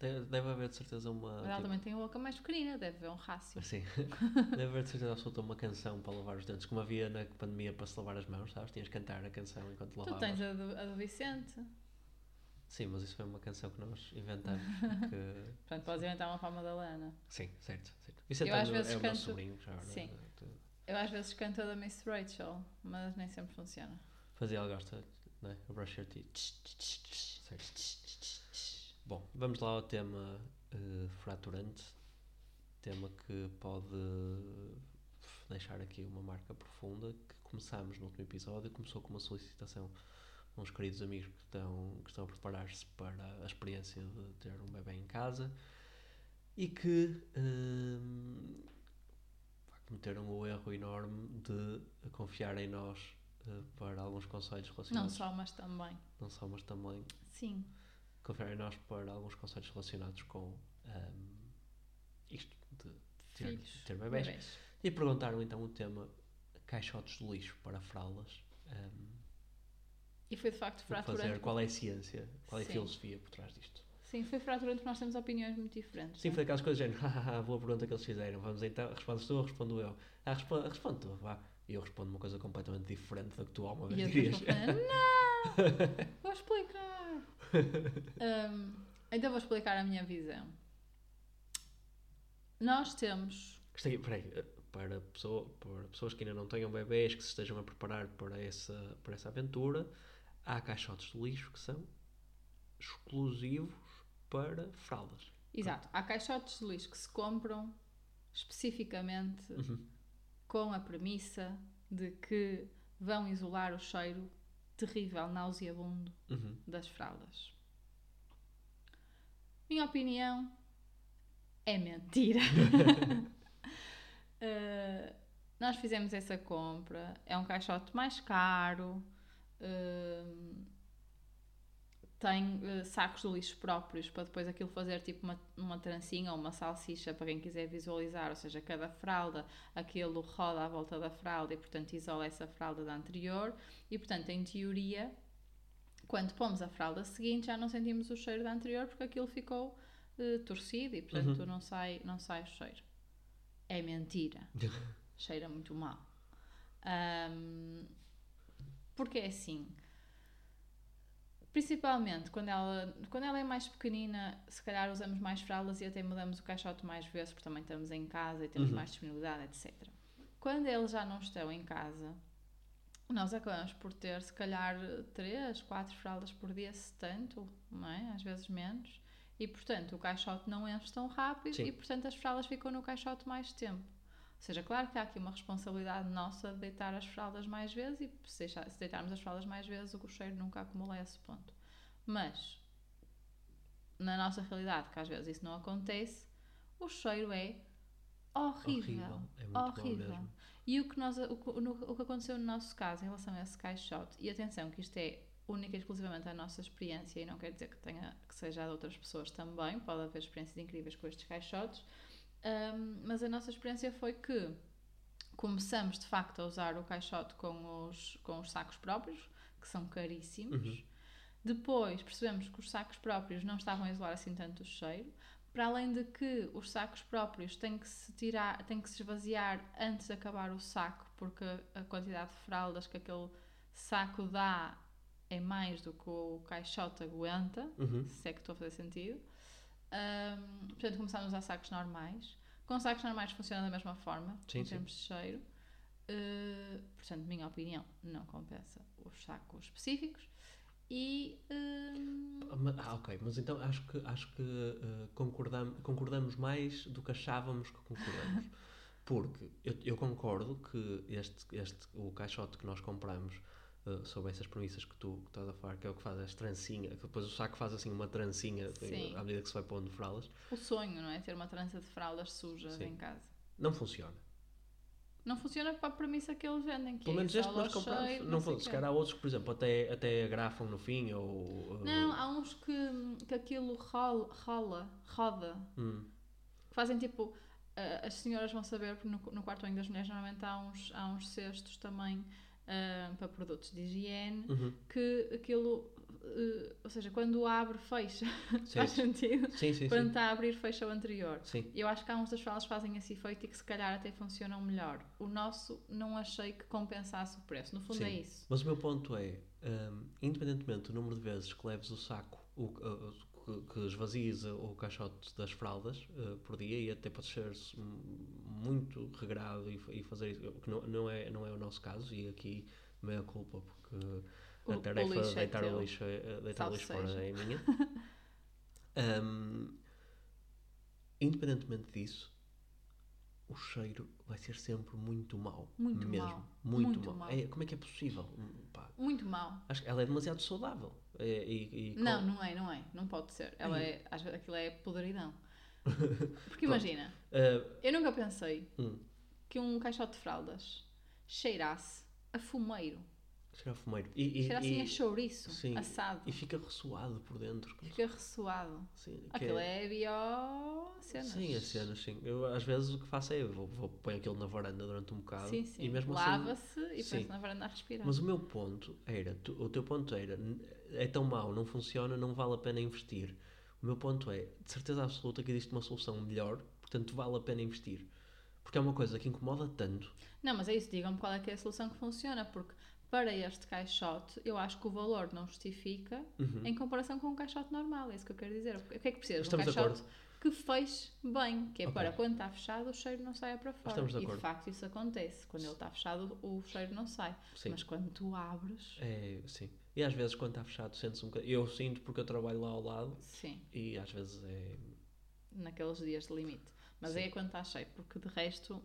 [SPEAKER 2] De- Deve haver de certeza uma.
[SPEAKER 1] Mas ela
[SPEAKER 2] Ah, tipo,
[SPEAKER 1] também tem a boca mais pequenina, deve haver um rácio.
[SPEAKER 2] assim, deve haver de certeza absoluta uma canção para lavar os dentes, como havia na pandemia para se lavar as mãos, sabes? Tinhas de cantar a canção enquanto
[SPEAKER 1] Tu
[SPEAKER 2] lavavas.
[SPEAKER 1] tens a do, a do Vicente.
[SPEAKER 2] Sim, mas isso foi uma canção que nós inventamos. que-
[SPEAKER 1] Portanto, podes inventar uma para a Madalena.
[SPEAKER 2] Sim, certo. certo. Isso é,
[SPEAKER 1] Eu às
[SPEAKER 2] o meu
[SPEAKER 1] vezes canto-
[SPEAKER 2] sobrinho, já agora.
[SPEAKER 1] Sim. Eu às vezes canto a da Miss Rachel, mas nem sempre funciona.
[SPEAKER 2] Fazia ele gosta, não é? O brush your teeth. Certo. Bom, vamos lá ao tema eh, fraturante. Tema que pode deixar aqui uma marca profunda. Que começámos no último episódio. Começou com uma solicitação de uns queridos amigos que estão, que estão a preparar-se para a experiência de ter um bebê em casa e que hum, pá, cometeram o erro enorme de confiar em nós eh, para alguns conselhos
[SPEAKER 1] Não
[SPEAKER 2] relacionados
[SPEAKER 1] só, mas também.
[SPEAKER 2] não só, mas também
[SPEAKER 1] Sim.
[SPEAKER 2] confiar em nós para alguns conceitos relacionados com ahm, isto de ter,
[SPEAKER 1] Filhos.
[SPEAKER 2] ter bebés.
[SPEAKER 1] Bebés.
[SPEAKER 2] E perguntaram então o tema caixotes de lixo para fraldas. ahm,
[SPEAKER 1] E foi de facto
[SPEAKER 2] o que fazer,
[SPEAKER 1] fraturante.
[SPEAKER 2] qual é a ciência, qual é a
[SPEAKER 1] Sim.
[SPEAKER 2] filosofia por trás disto?
[SPEAKER 1] Sim, foi fratura entre nós temos opiniões muito diferentes.
[SPEAKER 2] Sim,
[SPEAKER 1] não é?
[SPEAKER 2] foi aquelas coisas do género, hahaha, boa pergunta que eles fizeram, vamos então, respondes tu ou respondo eu? Ah, responde, responde tu, vá. E eu respondo uma coisa completamente diferente da que tu alguma
[SPEAKER 1] E eu
[SPEAKER 2] vez
[SPEAKER 1] depois
[SPEAKER 2] dirias.
[SPEAKER 1] vou falar, não! Vou explicar! Hum, então vou explicar a minha visão. Nós temos.
[SPEAKER 2] Isto aqui, peraí, eh, para, pessoa, para pessoas que ainda não tenham bebês, que se estejam a preparar para essa, para essa aventura, há caixotes de lixo que são exclusivos para fraldas.
[SPEAKER 1] Exato, há caixotes de lixo que se compram especificamente
[SPEAKER 2] Uhum.
[SPEAKER 1] com a premissa de que vão isolar o cheiro terrível, nauseabundo
[SPEAKER 2] Uhum.
[SPEAKER 1] das fraldas. Minha opinião é mentira. Uh, nós fizemos essa compra, é um caixote mais caro, um, tem uh, sacos de lixo próprios para depois aquilo fazer tipo uma, uma trancinha ou uma salsicha para quem quiser visualizar, ou seja, cada fralda, aquilo roda à volta da fralda e portanto isola essa fralda da anterior e portanto em teoria quando pomos a fralda seguinte já não sentimos o cheiro da anterior porque aquilo ficou eh, torcido e portanto não, sai, não sai o cheiro. É mentira. Cheira muito mal. Ahm, porque é assim. Principalmente quando ela, quando ela é mais pequenina, se calhar usamos mais fraldas e até mudamos o caixote mais vezes, porque também estamos em casa e temos
[SPEAKER 2] Uhum.
[SPEAKER 1] mais disponibilidade, etc. Quando eles já não estão em casa, nós acabamos por ter, se calhar, três, quatro fraldas por dia, se tanto, não é? Às vezes menos. E, portanto, o caixote não enche tão rápido
[SPEAKER 2] Sim.
[SPEAKER 1] e, portanto, as fraldas ficam no caixote mais tempo. Ou seja, claro que há aqui uma responsabilidade nossa de deitar as fraldas mais vezes e se, deixar- se deitarmos as fraldas mais vezes o cheiro nunca acumula a esse ponto. Mas, na nossa realidade, que às vezes isso não acontece, o cheiro é horrível.
[SPEAKER 2] É muito
[SPEAKER 1] Horrível.
[SPEAKER 2] bom mesmo.
[SPEAKER 1] E o que, nós, o, que- no- o que aconteceu no nosso caso em relação a esse caixote, e atenção que isto é única e exclusivamente a nossa experiência, e não quer dizer que, tenha, que seja a de outras pessoas também, pode haver experiências incríveis com estes caixotes, Ahm, mas a nossa experiência foi que começamos de facto a usar o caixote com os, com os sacos próprios, que são caríssimos.
[SPEAKER 2] Uhum.
[SPEAKER 1] Depois percebemos que os sacos próprios não estavam a isolar assim tanto o cheiro. Para além de que os sacos próprios têm que se tirar, têm que se esvaziar antes de acabar o saco, porque a quantidade de fraldas que aquele saco dá é mais do que o caixote aguenta
[SPEAKER 2] Uhum.
[SPEAKER 1] se é que estou a fazer sentido. Ahm, portanto, começámos a usar sacos normais. Com sacos normais funciona da mesma forma,
[SPEAKER 2] Sim,
[SPEAKER 1] em
[SPEAKER 2] sim.
[SPEAKER 1] termos de cheiro. Eh, portanto, minha opinião, não compensa os sacos específicos. E. ehm,
[SPEAKER 2] Ah, ma- Ah, ok, mas então acho que, acho que eh, concordam- concordamos mais do que achávamos que concordamos. Porque eu, eu concordo que este, este, o caixote que nós compramos, eh, sob essas premissas que tu que estás a falar, que é o que faz as trancinhas, que depois o saco faz assim uma trancinha eh,
[SPEAKER 1] Sim.
[SPEAKER 2] à medida que se vai pondo fraldas,
[SPEAKER 1] o sonho, não é? Ter uma trança de fraldas sujas
[SPEAKER 2] Sim.
[SPEAKER 1] em casa.
[SPEAKER 2] não funciona.
[SPEAKER 1] Não funciona para a premissa que eles vendem, que
[SPEAKER 2] Pelo
[SPEAKER 1] é
[SPEAKER 2] menos este que
[SPEAKER 1] isola
[SPEAKER 2] nós
[SPEAKER 1] o
[SPEAKER 2] compramos,
[SPEAKER 1] cheiro,
[SPEAKER 2] não,
[SPEAKER 1] sei
[SPEAKER 2] funciona.
[SPEAKER 1] quê.
[SPEAKER 2] Se calhar há outros que, por exemplo, até, até agrafam no fim ou. eh,
[SPEAKER 1] Não, há uns que, que aquilo rola, rola roda,
[SPEAKER 2] hum,
[SPEAKER 1] que fazem tipo. eh, as senhoras vão saber, porque no, no quarto banho das mulheres normalmente há uns, há uns cestos também eh, para produtos de higiene,
[SPEAKER 2] uhum.
[SPEAKER 1] que aquilo. eh, ou seja, quando abre, fecha. Faz
[SPEAKER 2] Sim,
[SPEAKER 1] sentido?
[SPEAKER 2] sim, sim.
[SPEAKER 1] Quando
[SPEAKER 2] sim.
[SPEAKER 1] está a abrir, fecha o anterior.
[SPEAKER 2] Sim.
[SPEAKER 1] Eu acho que há uns das falas que fazem esse efeito e que se calhar até funcionam melhor. O nosso não achei que compensasse o preço. No fundo é
[SPEAKER 2] Sim.
[SPEAKER 1] isso.
[SPEAKER 2] Mas o meu ponto é, hum, independentemente do número de vezes que leves o saco, o- o- que, que esvazies o caixote das fraldas eh, por dia, e até pode ser hum, muito regrado e, fa- e fazer isso, o que não, não, é, não é o nosso caso, e aqui meia culpa, porque
[SPEAKER 1] O-
[SPEAKER 2] a
[SPEAKER 1] o
[SPEAKER 2] tarefa de
[SPEAKER 1] lixo é
[SPEAKER 2] deitar
[SPEAKER 1] teu.
[SPEAKER 2] o lixo, é- deitar o
[SPEAKER 1] Salve
[SPEAKER 2] lixo fora
[SPEAKER 1] seja.
[SPEAKER 2] é minha. Hum, independentemente disso, o cheiro vai ser sempre muito mau.
[SPEAKER 1] Muito
[SPEAKER 2] mesmo.
[SPEAKER 1] mau.
[SPEAKER 2] Muito,
[SPEAKER 1] Muito
[SPEAKER 2] mau.
[SPEAKER 1] mau.
[SPEAKER 2] É, como é que é possível? Hum, pá,
[SPEAKER 1] Muito mal.
[SPEAKER 2] acho que ela é demasiado saudável. É, e- e com- Uhum.
[SPEAKER 1] Não, não é, não é. Não pode ser. Ela é, às vezes aquilo é podridão. Porque imagina,
[SPEAKER 2] Ah,
[SPEAKER 1] eu nunca pensei
[SPEAKER 2] hum,
[SPEAKER 1] que um caixote de fraldas cheirasse a fumeiro.
[SPEAKER 2] cheira a fumeiro. E, e,
[SPEAKER 1] Cheira assim
[SPEAKER 2] e-
[SPEAKER 1] a chouriço,
[SPEAKER 2] sim.
[SPEAKER 1] assado.
[SPEAKER 2] e fica ressoado por dentro.
[SPEAKER 1] Fica ressoado.
[SPEAKER 2] Sim, que
[SPEAKER 1] Aquilo é bio... cenas.
[SPEAKER 2] Sim, é as cenas, sim. Eu, às vezes o que faço é vou, vou pôr aquilo na varanda durante um bocado
[SPEAKER 1] Sim, sim.
[SPEAKER 2] e mesmo assim
[SPEAKER 1] Lava-se e
[SPEAKER 2] sim.
[SPEAKER 1] põe-se na varanda a respirar.
[SPEAKER 2] Mas o meu ponto era, tu- o teu ponto era, n- é tão mau, não funciona, não vale a pena investir. O meu ponto é, de certeza absoluta que existe uma solução melhor, portanto vale a pena investir. Porque é uma coisa que incomoda tanto.
[SPEAKER 1] Não, mas é isso, digam-me qual é que é a solução que funciona, porque para este caixote eu acho que o valor não justifica
[SPEAKER 2] Uhum.
[SPEAKER 1] em comparação com um caixote normal, é isso que eu quero dizer. O que é que precisas? de Um
[SPEAKER 2] Estamos de
[SPEAKER 1] caixote que feche bem, que é
[SPEAKER 2] Ok.
[SPEAKER 1] para quando está fechado o cheiro não saia para fora.
[SPEAKER 2] Estamos de
[SPEAKER 1] e de
[SPEAKER 2] acordo.
[SPEAKER 1] facto isso acontece. Quando ele está fechado o cheiro não sai.
[SPEAKER 2] Sim.
[SPEAKER 1] Mas quando tu abres,
[SPEAKER 2] É, sim. E às vezes quando está fechado sentes um bocadinho. Eu sinto porque eu trabalho lá ao lado
[SPEAKER 1] sim,
[SPEAKER 2] e às vezes é.
[SPEAKER 1] naqueles dias de limite. Mas
[SPEAKER 2] Sim.
[SPEAKER 1] aí é quando está cheio, porque de resto,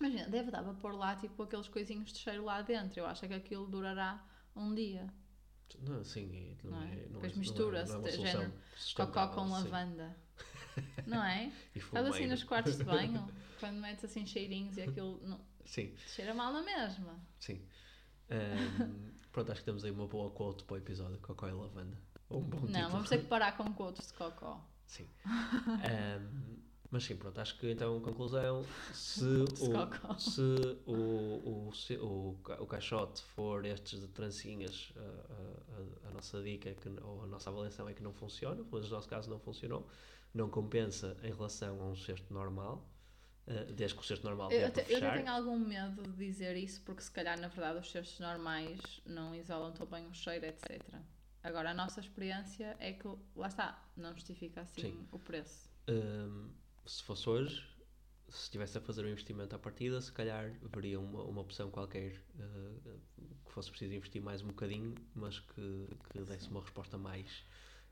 [SPEAKER 1] imagina, deve dar para pôr lá tipo aqueles coisinhos de cheiro lá dentro. Eu acho que aquilo durará um dia.
[SPEAKER 2] Não, sim, e não,
[SPEAKER 1] Não é?
[SPEAKER 2] é. não
[SPEAKER 1] Depois
[SPEAKER 2] é- não é-
[SPEAKER 1] mistura-se,
[SPEAKER 2] não é uma
[SPEAKER 1] de
[SPEAKER 2] solução
[SPEAKER 1] género Cocó
[SPEAKER 2] sustentável,
[SPEAKER 1] com
[SPEAKER 2] sim.
[SPEAKER 1] lavanda. Não é?
[SPEAKER 2] E
[SPEAKER 1] Estás assim
[SPEAKER 2] fumeiro.
[SPEAKER 1] nos quartos de banho, quando metes assim cheirinhos e aquilo não,
[SPEAKER 2] Sim,
[SPEAKER 1] cheira mal na mesma.
[SPEAKER 2] sim. Ahm, pronto, acho que temos aí uma boa quote para o episódio: Cocó e Lavanda. Ou um bom
[SPEAKER 1] não,
[SPEAKER 2] título.
[SPEAKER 1] vamos ter que parar com cotos de cocó.
[SPEAKER 2] Sim. Ahm, mas sim, pronto, acho que então, conclusão: se
[SPEAKER 1] Se cocó.
[SPEAKER 2] o, se o, o, se- o, ca- o caixote for estes de trancinhas, a, a- a- a nossa dica é que, n- ou a nossa avaliação é que não funciona, mas no nosso caso não funcionou, não compensa em relação a um cesto normal, ah, desde que o cesto normal
[SPEAKER 1] Eu,
[SPEAKER 2] tenha para
[SPEAKER 1] até- eu até
[SPEAKER 2] fechar.
[SPEAKER 1] tenho algum medo de dizer isso, porque se calhar na verdade os cestos normais não isolam tão bem o cheiro, etc. Agora, a nossa experiência é que, lá está, não justifica assim
[SPEAKER 2] Sim.
[SPEAKER 1] o preço.
[SPEAKER 2] Ahm, se fosse hoje, se estivesse a fazer um investimento à partida, se calhar haveria uma, uma opção qualquer ah, que fosse preciso investir mais um bocadinho, mas que, que desse
[SPEAKER 1] Sim.
[SPEAKER 2] uma resposta mais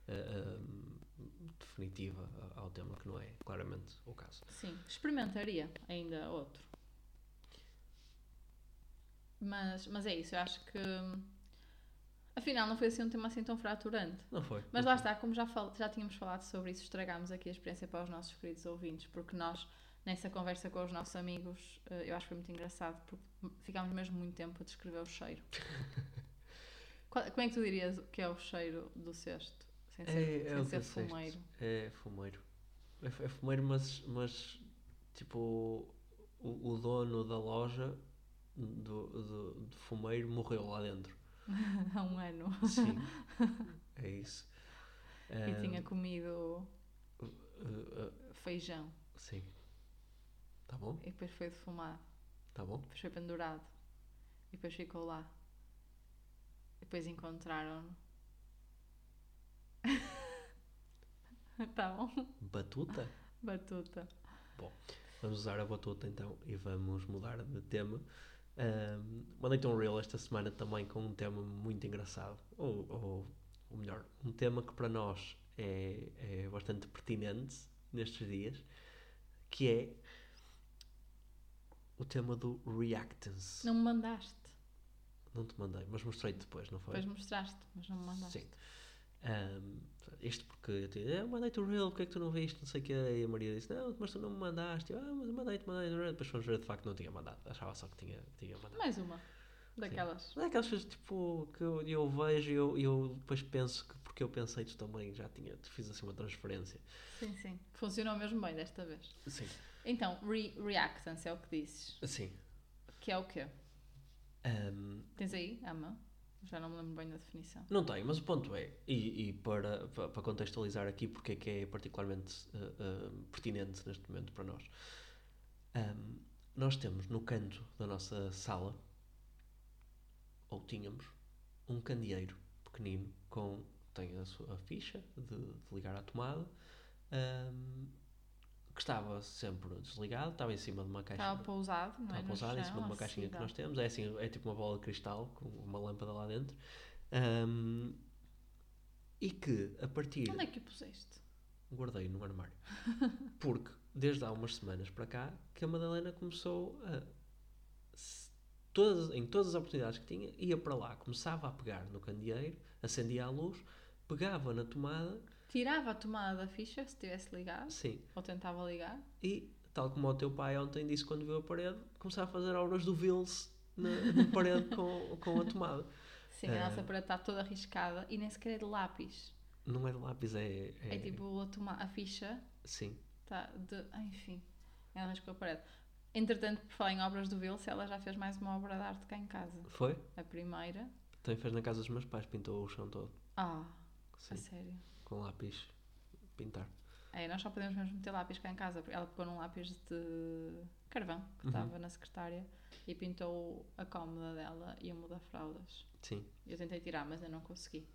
[SPEAKER 2] ah, ahm, definitiva a- ao tema, que não é claramente o caso.
[SPEAKER 1] Sim, experimentaria ainda outro. Mas, mas é isso, eu acho que afinal não foi assim um tema assim tão fraturante.
[SPEAKER 2] Não foi.
[SPEAKER 1] Mas
[SPEAKER 2] não
[SPEAKER 1] lá
[SPEAKER 2] foi.
[SPEAKER 1] está, como já, fal- já tínhamos falado sobre isso, estragámos aqui a experiência para os nossos queridos ouvintes, porque nós, nessa conversa com os nossos amigos, eh, eu acho que foi muito engraçado, porque ficámos mesmo muito tempo a descrever o cheiro. Qual- como é que tu dirias que é o cheiro do cesto? Sem ser,
[SPEAKER 2] É- é
[SPEAKER 1] sem
[SPEAKER 2] o
[SPEAKER 1] ser
[SPEAKER 2] do cesto.
[SPEAKER 1] fumeiro.
[SPEAKER 2] É fumeiro. É, fu- é fumeiro, mas, mas tipo, o, o dono da loja do, do, do fumeiro morreu lá dentro.
[SPEAKER 1] Há um ano.
[SPEAKER 2] Sim, é isso. Eh,
[SPEAKER 1] E
[SPEAKER 2] Ahm,
[SPEAKER 1] tinha comido
[SPEAKER 2] uh, uh,
[SPEAKER 1] feijão.
[SPEAKER 2] sim. Tá bom,
[SPEAKER 1] E depois foi defumado.
[SPEAKER 2] tá bom.
[SPEAKER 1] Depois foi pendurado. E depois ficou lá. E depois encontraram-no. tá bom?
[SPEAKER 2] Batuta?
[SPEAKER 1] Batuta.
[SPEAKER 2] Vamos usar a batuta então e vamos mudar de tema. Ahm, Mandei-te um reel esta semana também com um tema muito engraçado. Ou, ou, ou melhor, um tema que para nós é, é bastante pertinente nestes dias, que é o tema do reactance.
[SPEAKER 1] Não me mandaste.
[SPEAKER 2] Não te mandei, mas mostrei-te depois, não foi?
[SPEAKER 1] Depois mostraste, mas não me mandaste.
[SPEAKER 2] Sim. Ahm, isto porque eu te disse, "Ah, mandei-te o reel, porque é que tu não viste? Não sei o que. E a Maria disse, não, mas tu não me mandaste. Eu, ah, mas mandei-te, mandei-te o reel. Depois fomos ver, de facto, não tinha mandado. Achava só que tinha, tinha mandado.
[SPEAKER 1] Mais uma. Daquelas.
[SPEAKER 2] Não é aquelas coisas tipo, que eu, eu vejo e eu, eu depois penso que porque eu pensei tu também já tinha, te fiz assim uma transferência.
[SPEAKER 1] Sim, sim. Funcionou mesmo bem desta vez.
[SPEAKER 2] Sim.
[SPEAKER 1] Então, re reactance é o que dizes.
[SPEAKER 2] Sim.
[SPEAKER 1] Que é o quê?
[SPEAKER 2] Ahm,
[SPEAKER 1] Tens aí à mão? Já não me lembro bem da definição.
[SPEAKER 2] Não tem, mas o ponto é, e, e para, pa- para contextualizar aqui porque é que é particularmente eh, eh, pertinente neste momento para nós, Ahm, nós temos no canto da nossa sala, ou tínhamos, um candeeiro pequenino com tem a sua ficha de, de ligar à tomada, ahm, que estava sempre desligado, estava em cima de uma caixa.
[SPEAKER 1] Estava pousado, não é?
[SPEAKER 2] Está
[SPEAKER 1] No
[SPEAKER 2] pousada em
[SPEAKER 1] chão,
[SPEAKER 2] cima de uma caixinha que
[SPEAKER 1] acessível.
[SPEAKER 2] nós temos. É assim, é tipo uma bola de cristal com uma lâmpada lá dentro. Ahm, e que a partir.
[SPEAKER 1] Onde é que o puseste?
[SPEAKER 2] Guardei no armário. Porque desde há umas semanas para cá que a Madalena começou a. se- Todas, em todas as oportunidades que tinha, ia para lá, começava a pegar no candeeiro, acendia a luz, pegava na tomada,
[SPEAKER 1] Tirava a tomada da ficha se tivesse ligado,
[SPEAKER 2] assim,
[SPEAKER 1] ou tentava ligar.
[SPEAKER 2] e tal como o teu pai ontem disse quando viu a parede, começava a fazer auras do Vils na, na parede com, com a tomada.
[SPEAKER 1] Sim,
[SPEAKER 2] Ah.
[SPEAKER 1] a nossa parede está toda arriscada e nem sequer é de lápis.
[SPEAKER 2] Não é de lápis, é.
[SPEAKER 1] É, tipo a, toma- a ficha
[SPEAKER 2] Sim.
[SPEAKER 1] está de. ah, Enfim, ela arriscou a parede. Entretanto, por falar em obras do Vilse, ela já fez mais uma obra de arte cá em casa.
[SPEAKER 2] Foi?
[SPEAKER 1] A primeira.
[SPEAKER 2] Também fez na casa dos meus pais, pintou o chão todo.
[SPEAKER 1] Ah,
[SPEAKER 2] Sim.
[SPEAKER 1] a sério.
[SPEAKER 2] Com lápis pintar.
[SPEAKER 1] É, nós só podemos mesmo ter lápis cá em casa. porque Ela pegou num lápis de carvão que
[SPEAKER 2] Uhum.
[SPEAKER 1] estava na secretária e pintou a cómoda dela e o muda-fraldas.
[SPEAKER 2] Sim.
[SPEAKER 1] Eu tentei tirar, mas eu não consegui.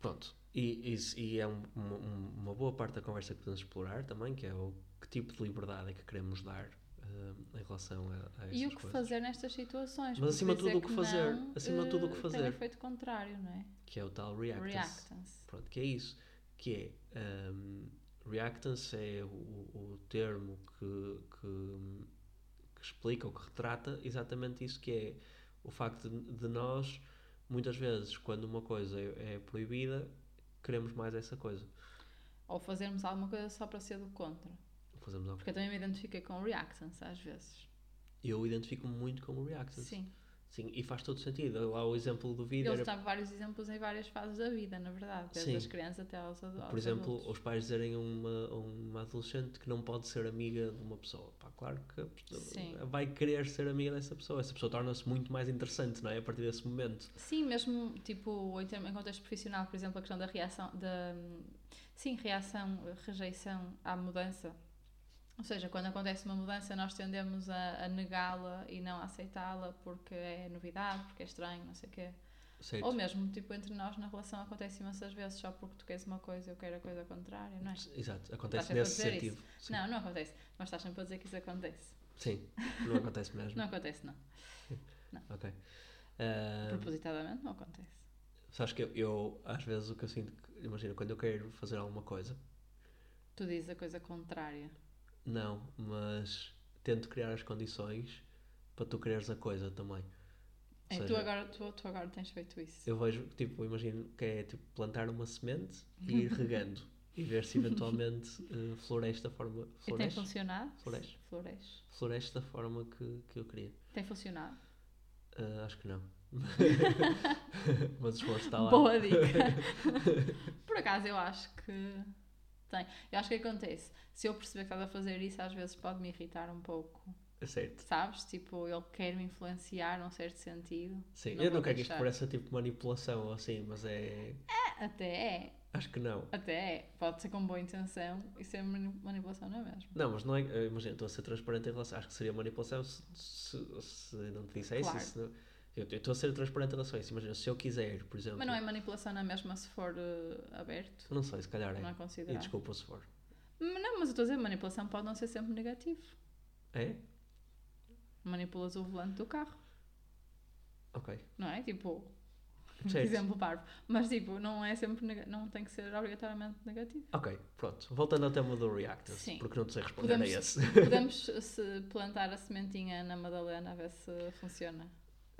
[SPEAKER 2] Pronto. E, isso- e é um- uma, um- uma boa parte da conversa que podemos explorar também, que é o que tipo de liberdade é que queremos dar eh, em relação a, a essas
[SPEAKER 1] E o que
[SPEAKER 2] coisas.
[SPEAKER 1] fazer nestas
[SPEAKER 2] Mas
[SPEAKER 1] situações? porque
[SPEAKER 2] acima de
[SPEAKER 1] dizer
[SPEAKER 2] tudo, o que fazer.
[SPEAKER 1] não,
[SPEAKER 2] Acima de tudo, o que
[SPEAKER 1] eh, Tem
[SPEAKER 2] fazer.
[SPEAKER 1] um efeito contrário, não é?
[SPEAKER 2] Que é o tal reactance.
[SPEAKER 1] Reactance.
[SPEAKER 2] Pronto, que é isso. Que é. hum, reactance é o, o termo que, que, que explica ou que retrata exatamente isso, que é o facto de, de nós, muitas vezes, quando uma coisa é, é proibida, queremos mais essa coisa.
[SPEAKER 1] Ou fazermos alguma coisa só para ser do contra.
[SPEAKER 2] Fazemos algo.
[SPEAKER 1] Porque eu também me identifiquei com reactance às vezes.
[SPEAKER 2] Eu identifico-me muito como reactance.
[SPEAKER 1] Sim.
[SPEAKER 2] Sim, e faz todo sentido. Lá o exemplo do vídeo
[SPEAKER 1] Eles
[SPEAKER 2] era,
[SPEAKER 1] estavam vários exemplos em várias fases da vida, na verdade. Desde
[SPEAKER 2] Sim.
[SPEAKER 1] as crianças até aos adultos.
[SPEAKER 2] por exemplo, os pais dizerem a uma, a uma adolescente que não pode ser amiga de uma pessoa. Pá, claro que a pessoa
[SPEAKER 1] Sim.
[SPEAKER 2] vai querer ser amiga dessa pessoa. Essa pessoa torna-se muito mais interessante, não é? A partir desse momento.
[SPEAKER 1] Sim, mesmo tipo em, termo- em contexto profissional, por exemplo, a questão da reação, da sim, reação, rejeição à mudança. Ou seja, quando acontece uma mudança, nós tendemos a, a negá-la e não a aceitá-la porque é novidade, porque é estranho, não sei o quê.
[SPEAKER 2] Certo.
[SPEAKER 1] Ou mesmo, tipo, entre nós na relação acontece imensas vezes só porque tu queres uma coisa eu quero a coisa contrária, não é?
[SPEAKER 2] Exato, acontece
[SPEAKER 1] sempre a
[SPEAKER 2] nesse
[SPEAKER 1] dizer
[SPEAKER 2] sentido. Sim.
[SPEAKER 1] Não, não acontece. Mas estás sempre a dizer que isso acontece.
[SPEAKER 2] Sim, não acontece mesmo.
[SPEAKER 1] Não acontece, não.
[SPEAKER 2] Ok. Ah,
[SPEAKER 1] Propositadamente não acontece.
[SPEAKER 2] sabes que eu, eu, às vezes, o que eu sinto, que- imagina, quando eu quero fazer alguma coisa,
[SPEAKER 1] Tu dizes a coisa contrária.
[SPEAKER 2] não, mas tento criar as condições para tu quereres a coisa também.
[SPEAKER 1] É, tu,
[SPEAKER 2] seja-
[SPEAKER 1] agora, tu, tu agora tens feito isso.
[SPEAKER 2] Eu vejo, tipo, imagino que é tipo plantar uma semente e ir regando e ver se eventualmente eh, floresce da forma.
[SPEAKER 1] E tem
[SPEAKER 2] Floresce,
[SPEAKER 1] funcionado?
[SPEAKER 2] Floresce.
[SPEAKER 1] Floresce.
[SPEAKER 2] floresce da forma que, que eu queria.
[SPEAKER 1] Tem funcionado.
[SPEAKER 2] Ah, acho que não. Mas o esforço está Ah lá.
[SPEAKER 1] Boa dica. Por acaso eu acho que tem. Eu acho que acontece. Se eu perceber que estás a fazer isso, às vezes pode me irritar um pouco.
[SPEAKER 2] É Certo.
[SPEAKER 1] Sabes? Tipo, ele quer me influenciar num certo sentido.
[SPEAKER 2] Sim,
[SPEAKER 1] Não
[SPEAKER 2] eu não
[SPEAKER 1] vou
[SPEAKER 2] quero que isto
[SPEAKER 1] deixar.
[SPEAKER 2] pareça tipo manipulação ou assim, mas é.
[SPEAKER 1] Ah, Até é.
[SPEAKER 2] Acho que não.
[SPEAKER 1] Até é. Pode ser com boa intenção e ser mani- manipulação, não é mesmo?
[SPEAKER 2] Não, mas não é. eh, Imagina, estou a ser transparente em relação. Acho que seria manipulação se, se, se não te dissesse
[SPEAKER 1] Claro.
[SPEAKER 2] isso. não- Eu eu estou a ser transparente em relação a isso. Imagina, se eu quiser, por exemplo.
[SPEAKER 1] Mas não é manipulação na mesma se for eh, aberto.
[SPEAKER 2] Não sei, se calhar
[SPEAKER 1] Não
[SPEAKER 2] é.
[SPEAKER 1] é
[SPEAKER 2] E
[SPEAKER 1] considerado.
[SPEAKER 2] desculpa se for.
[SPEAKER 1] Mas Não, mas eu estou a dizer, manipulação pode não ser sempre negativo.
[SPEAKER 2] É?
[SPEAKER 1] Manipulas o volante do carro,
[SPEAKER 2] Ok.
[SPEAKER 1] não é? Tipo,
[SPEAKER 2] Certo.
[SPEAKER 1] exemplo parvo. Mas tipo, não é sempre nega- não tem que ser obrigatoriamente negativo.
[SPEAKER 2] Ok, pronto. Voltando ao tema do Reactors,
[SPEAKER 1] Sim.
[SPEAKER 2] porque não te sei responder a
[SPEAKER 1] Podemos-
[SPEAKER 2] esse.
[SPEAKER 1] Podemos se plantar a sementinha na Madalena a ver se funciona.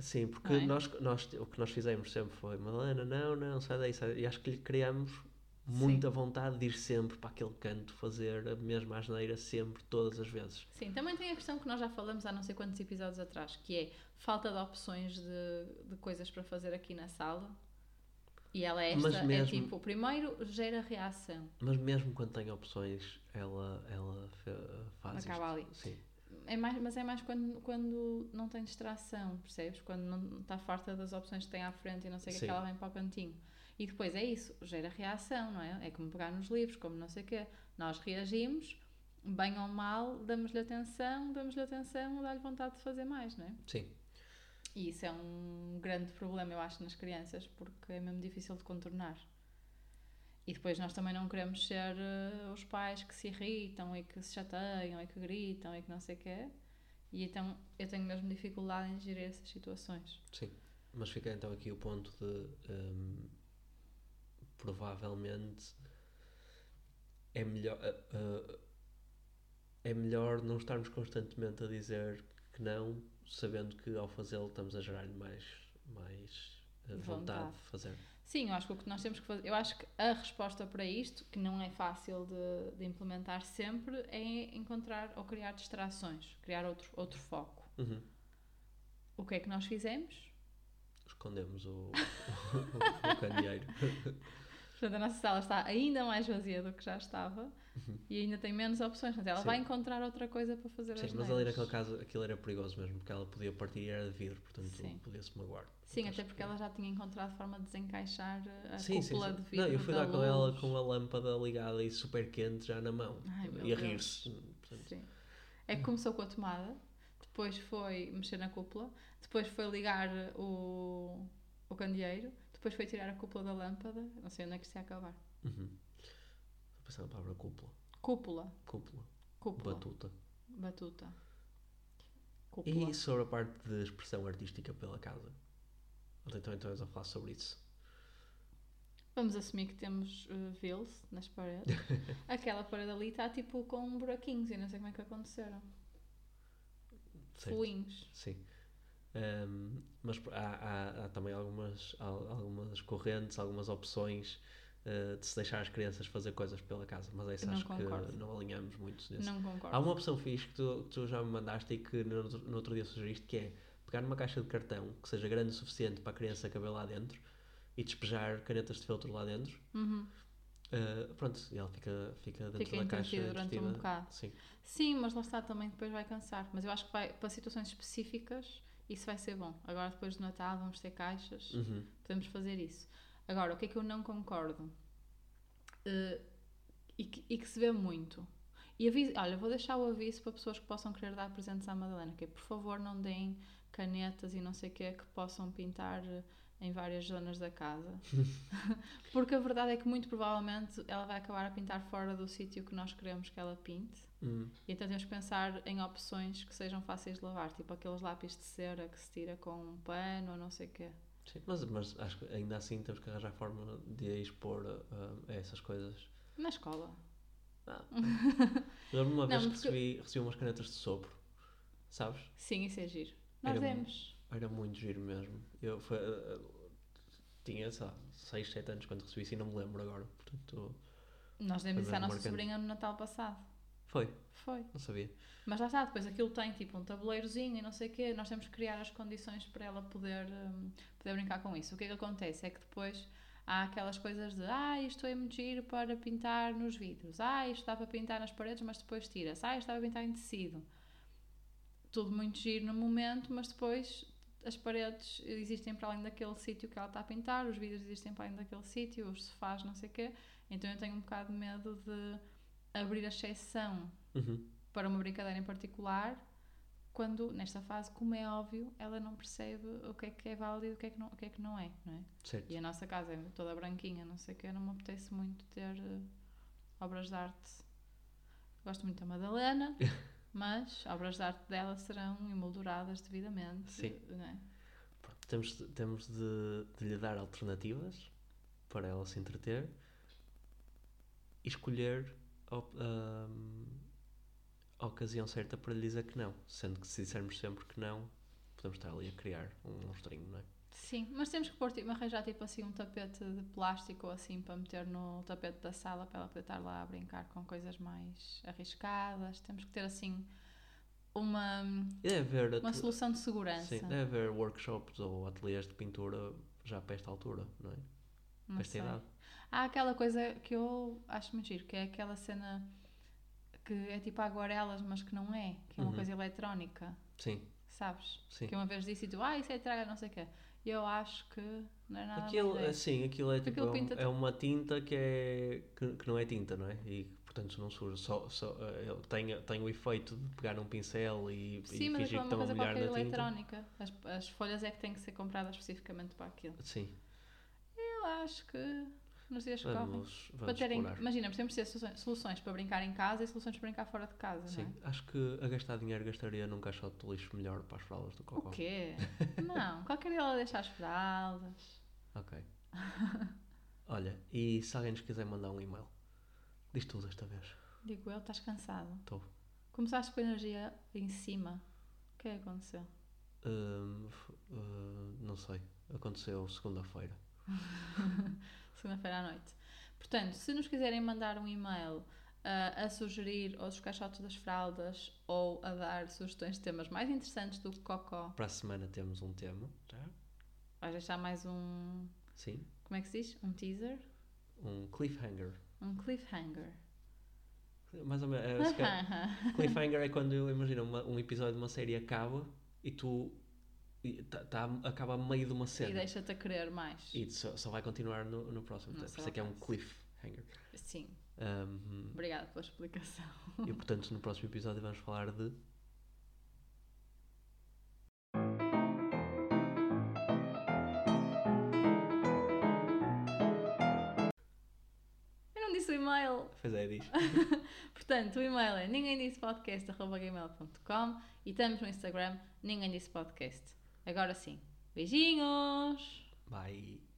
[SPEAKER 2] Sim, porque
[SPEAKER 1] Não é?
[SPEAKER 2] nós, nós, o que nós fizemos sempre foi, Madalena, não, não, sai daí, sai daí. E acho que lhe criamos muita vontade de ir sempre para aquele canto, fazer a mesma asneira sempre, todas as vezes.
[SPEAKER 1] Sim, também tem a questão que nós já falamos há não sei quantos episódios atrás, que é falta de opções de, de coisas para fazer aqui na sala. E ela é
[SPEAKER 2] Mas
[SPEAKER 1] esta, é
[SPEAKER 2] mesmo-
[SPEAKER 1] tipo, primeiro gera reação,
[SPEAKER 2] Mas mesmo quando tem opções, ela, ela fe- faz
[SPEAKER 1] acaba ali.
[SPEAKER 2] isto. Sim,
[SPEAKER 1] É mais, mas é mais quando, quando não tem distração, percebes? Quando não está farta das opções que tem à frente e não sei o que, é que
[SPEAKER 2] Sim.
[SPEAKER 1] ela vem para o cantinho. E depois é isso, gera reação, não é? É como pegar nos livros, como não sei o quê. Nós reagimos, bem ou mal, damos-lhe atenção, damos-lhe atenção, dá-lhe vontade de fazer mais, não é?
[SPEAKER 2] sim.
[SPEAKER 1] E isso é um grande problema, eu acho, nas crianças, porque é mesmo difícil de contornar. E depois nós também não queremos ser eh, os pais que se irritam e que se chateiam e que gritam e que não sei o quê. E então eu tenho mesmo dificuldade em gerir essas situações.
[SPEAKER 2] Mas fica então aqui o ponto de hum, provavelmente é melhor ah, ah, é melhor não estarmos constantemente a dizer que não, sabendo que ao fazê-lo estamos a gerar-lhe mais, mais ah, vontade,
[SPEAKER 1] Vontade.
[SPEAKER 2] de fazer.
[SPEAKER 1] Sim, eu acho que o que nós temos que fazer, eu acho que a resposta para isto, que não é fácil de, de implementar sempre, é encontrar ou criar distrações, criar outro, outro foco.
[SPEAKER 2] Uhum.
[SPEAKER 1] O que é que nós fizemos?
[SPEAKER 2] Escondemos o, o, o candeeiro.
[SPEAKER 1] Portanto, a nossa sala está ainda mais vazia do que já estava, E ainda tem menos opções, mas ela
[SPEAKER 2] Uhum. Sim.
[SPEAKER 1] vai encontrar outra coisa para fazer
[SPEAKER 2] Sim,
[SPEAKER 1] as
[SPEAKER 2] mas ali
[SPEAKER 1] neiras.
[SPEAKER 2] naquele caso aquilo era perigoso mesmo, porque ela podia partir e era de vidro, portanto
[SPEAKER 1] Sim.
[SPEAKER 2] podia-se magoar.
[SPEAKER 1] Sim,
[SPEAKER 2] Então,
[SPEAKER 1] até
[SPEAKER 2] acho
[SPEAKER 1] porque
[SPEAKER 2] que-
[SPEAKER 1] ela já tinha encontrado forma de desencaixar a
[SPEAKER 2] Sim, sim,
[SPEAKER 1] cúpula
[SPEAKER 2] sim.
[SPEAKER 1] de vidro
[SPEAKER 2] Não, eu fui
[SPEAKER 1] da
[SPEAKER 2] lá com ela
[SPEAKER 1] luz.
[SPEAKER 2] com a lâmpada ligada e super quente já na mão.
[SPEAKER 1] Ai, meu
[SPEAKER 2] e a
[SPEAKER 1] Deus.
[SPEAKER 2] rir-se. portanto.
[SPEAKER 1] Sim. É que começou com a tomada, depois foi mexer na cúpula, depois foi ligar o, o candeeiro, depois foi tirar a cúpula da lâmpada. Não sei onde é que isto ia acabar.
[SPEAKER 2] Uhum. Vou pensar na palavra cúpula.
[SPEAKER 1] Cúpula.
[SPEAKER 2] Cúpula.
[SPEAKER 1] Cúpula.
[SPEAKER 2] Batuta.
[SPEAKER 1] Batuta. Cúpula.
[SPEAKER 2] E sobre a parte de expressão artística pela casa? Ou então então vamos a falar sobre isso.
[SPEAKER 1] Vamos assumir que temos uh, vils nas paredes. Aquela parede ali está tipo com buraquinhos e não sei como é que aconteceram.
[SPEAKER 2] Certo.
[SPEAKER 1] Fuinhos.
[SPEAKER 2] Sim. Ahm, mas pr- há, há- há também algumas, al- algumas correntes, algumas opções ah, de se deixar as crianças fazer coisas pela casa, mas essa
[SPEAKER 1] Não
[SPEAKER 2] acho
[SPEAKER 1] concordo.
[SPEAKER 2] que não alinhamos muito nesse
[SPEAKER 1] Não concordo.
[SPEAKER 2] Há um uma opção fixe que tu, que tu já me mandaste e que no, outro- no outro dia sugeriste, que é pegar numa caixa de cartão que seja grande o suficiente para a criança caber lá dentro e despejar canetas de feltro lá dentro.
[SPEAKER 1] Uhum.
[SPEAKER 2] Ah, pronto, e ela fica, fica dentro
[SPEAKER 1] Fica
[SPEAKER 2] da caixa.
[SPEAKER 1] entretido durante um
[SPEAKER 2] entretida.
[SPEAKER 1] bocado.
[SPEAKER 2] Sim,
[SPEAKER 1] Sim, mas lá está também, depois vai cansar. Mas eu acho que vai, para situações específicas, isso vai ser bom. Agora, depois do Natal, vamos ter caixas,
[SPEAKER 2] Uhum.
[SPEAKER 1] podemos fazer isso. Agora, o que é que eu não concordo? Eh, e, que, e que se vê muito. E aviso, olha, vou deixar o aviso para pessoas que possam querer dar presentes à Madalena, que é, por favor, não deem canetas e não sei o que que possam pintar eh, em várias zonas da casa. Porque a verdade é que muito provavelmente ela vai acabar a pintar fora do sítio que nós queremos que ela pinte.
[SPEAKER 2] Hum,
[SPEAKER 1] E então temos que pensar em opções que sejam fáceis de lavar, tipo aqueles lápis de cera que se tira com um pano ou não sei o quê.
[SPEAKER 2] sim. Mas, mas acho que ainda assim temos que arranjar forma de expor ah, a essas coisas.
[SPEAKER 1] Na escola.
[SPEAKER 2] Ah, Lembro-me uma
[SPEAKER 1] Não,
[SPEAKER 2] vez que
[SPEAKER 1] porque-
[SPEAKER 2] recebi, recebi umas canetas de sopro, sabes?
[SPEAKER 1] Sim, isso é giro. Nós
[SPEAKER 2] Era
[SPEAKER 1] demos.
[SPEAKER 2] Era muito giro mesmo. Eu foi, eh, tinha, sei lá, 6, 7 anos quando recebi isso e não me lembro agora. Portanto,
[SPEAKER 1] Nós
[SPEAKER 2] Foi
[SPEAKER 1] demos isso
[SPEAKER 2] mesmo
[SPEAKER 1] à nossa
[SPEAKER 2] marcante.
[SPEAKER 1] sobrinha no Natal passado.
[SPEAKER 2] foi,
[SPEAKER 1] Foi.
[SPEAKER 2] não sabia.
[SPEAKER 1] Mas lá está, depois aquilo tem tipo um tabuleirozinho e não sei o quê. Nós temos que criar as condições para ela poder, hum, poder brincar com isso. O que é que acontece? É que depois há aquelas coisas de ah, isto é muito giro para pintar nos vidros. Ah, isto dá para pintar nas paredes, mas depois tira-se. Ah, isto dá para pintar em tecido. Tudo muito giro no momento, mas depois as paredes existem para além daquele sítio que ela está a pintar, os vidros existem para além daquele sítio, os sofás, não sei o quê. Então eu tenho um bocado de medo de abrir a exceção
[SPEAKER 2] Uhum.
[SPEAKER 1] para uma brincadeira em particular, quando nesta fase, como é óbvio, ela não percebe o que é que é válido e o que é que não, o que é, que não é, não é?
[SPEAKER 2] Certo.
[SPEAKER 1] E a nossa casa é toda branquinha, não sei o que, não me apetece muito ter eh, obras de arte. Gosto muito da Madalena, mas obras de arte dela serão emolduradas devidamente,
[SPEAKER 2] Sim.
[SPEAKER 1] não é?
[SPEAKER 2] Pronto, Temos, de- temos de, de lhe dar alternativas para ela se entreter e escolher a, op- ahm, a ocasião certa para lhe dizer que não. Sendo que se dissermos sempre que não, podemos estar ali a criar um monstrinho, não é?
[SPEAKER 1] Sim, mas temos que pôr, tipo, arranjar tipo assim um tapete de plástico ou assim para meter no tapete da sala para ela poder estar lá a brincar com coisas mais arriscadas. Temos que ter assim uma,
[SPEAKER 2] E deve haver
[SPEAKER 1] uma
[SPEAKER 2] atu-
[SPEAKER 1] solução de segurança.
[SPEAKER 2] Sim, deve haver workshops ou ateliês de pintura já para esta altura, não é?
[SPEAKER 1] Não
[SPEAKER 2] Para esta
[SPEAKER 1] sei.
[SPEAKER 2] idade.
[SPEAKER 1] Há aquela coisa que eu acho muito giro, que é aquela cena que é tipo aguarelas, mas que não é, que é uma
[SPEAKER 2] Uhum.
[SPEAKER 1] coisa eletrónica,
[SPEAKER 2] Sim,
[SPEAKER 1] sabes?
[SPEAKER 2] sim.
[SPEAKER 1] Que uma vez disse e tu, ah, isso é traga, não sei o quê. E eu acho que não é nada.
[SPEAKER 2] Aquilo,
[SPEAKER 1] má ideia.
[SPEAKER 2] assim, aquilo é tipo,
[SPEAKER 1] Aquilo
[SPEAKER 2] é um-
[SPEAKER 1] pinta-
[SPEAKER 2] é uma tinta que, é, que, que não é tinta, não é? E portanto não suja. Só, só, eh, ele tem, tem o efeito de pegar um pincel e, e
[SPEAKER 1] Sim,
[SPEAKER 2] fingir
[SPEAKER 1] mas aquilo
[SPEAKER 2] que
[SPEAKER 1] é uma
[SPEAKER 2] estão a
[SPEAKER 1] coisa
[SPEAKER 2] molhar
[SPEAKER 1] qualquer
[SPEAKER 2] na tinta.
[SPEAKER 1] eletrónica. As, as folhas é que têm que ser compradas especificamente para aquilo.
[SPEAKER 2] Sim,
[SPEAKER 1] Eu acho que nos dias que correm.
[SPEAKER 2] vamos,
[SPEAKER 1] Para
[SPEAKER 2] vamos
[SPEAKER 1] terem,
[SPEAKER 2] explorar.
[SPEAKER 1] imagina, precisamos ter solu- soluções para brincar em casa e soluções para brincar fora de casa,
[SPEAKER 2] Sim,
[SPEAKER 1] não é?
[SPEAKER 2] acho que a gastar dinheiro gastaria num caixote de lixo melhor para as fraldas do
[SPEAKER 1] é? O
[SPEAKER 2] Cocó.
[SPEAKER 1] quê? não, qualquer dia ela deixa as fraldas.
[SPEAKER 2] Ok. Olha, e se alguém nos quiser mandar um e-mail, diz tu desta vez.
[SPEAKER 1] Digo eu, estás cansado.
[SPEAKER 2] Estou.
[SPEAKER 1] Começaste com a energia em cima. O que é que aconteceu?
[SPEAKER 2] Hum, f- hum, não sei. Aconteceu segunda-feira.
[SPEAKER 1] Segunda-feira à noite. Portanto, se nos quiserem mandar um e-mail ah, a sugerir ou dos caixotes das fraldas ou a dar sugestões de temas mais interessantes do que Cocó,
[SPEAKER 2] Para a semana temos um tema. Já?
[SPEAKER 1] vais deixar mais um.
[SPEAKER 2] Sim.
[SPEAKER 1] Como é que se diz? Um teaser?
[SPEAKER 2] Um cliffhanger.
[SPEAKER 1] Um cliffhanger.
[SPEAKER 2] Mais ou menos. É, se calhar- cliffhanger é quando eu imagino uma- um episódio de uma série acaba e tu e tá, tá- acaba a meio de uma
[SPEAKER 1] e
[SPEAKER 2] cena.
[SPEAKER 1] deixa-te a querer mais.
[SPEAKER 2] E só, só vai continuar no, no próximo.
[SPEAKER 1] Não
[SPEAKER 2] Por isso
[SPEAKER 1] sei
[SPEAKER 2] é que é
[SPEAKER 1] lá,
[SPEAKER 2] um
[SPEAKER 1] mas-
[SPEAKER 2] cliffhanger.
[SPEAKER 1] Sim,
[SPEAKER 2] Um,
[SPEAKER 1] obrigada pela explicação.
[SPEAKER 2] e portanto, no próximo episódio vamos falar de.
[SPEAKER 1] Eu não disse o e-mail.
[SPEAKER 2] Pois é, diz.
[SPEAKER 1] Portanto, o e-mail é ninguémdissepodcast.com e estamos no Instagram ninguém disse podcast. Agora sim, beijinhos!
[SPEAKER 2] Bye.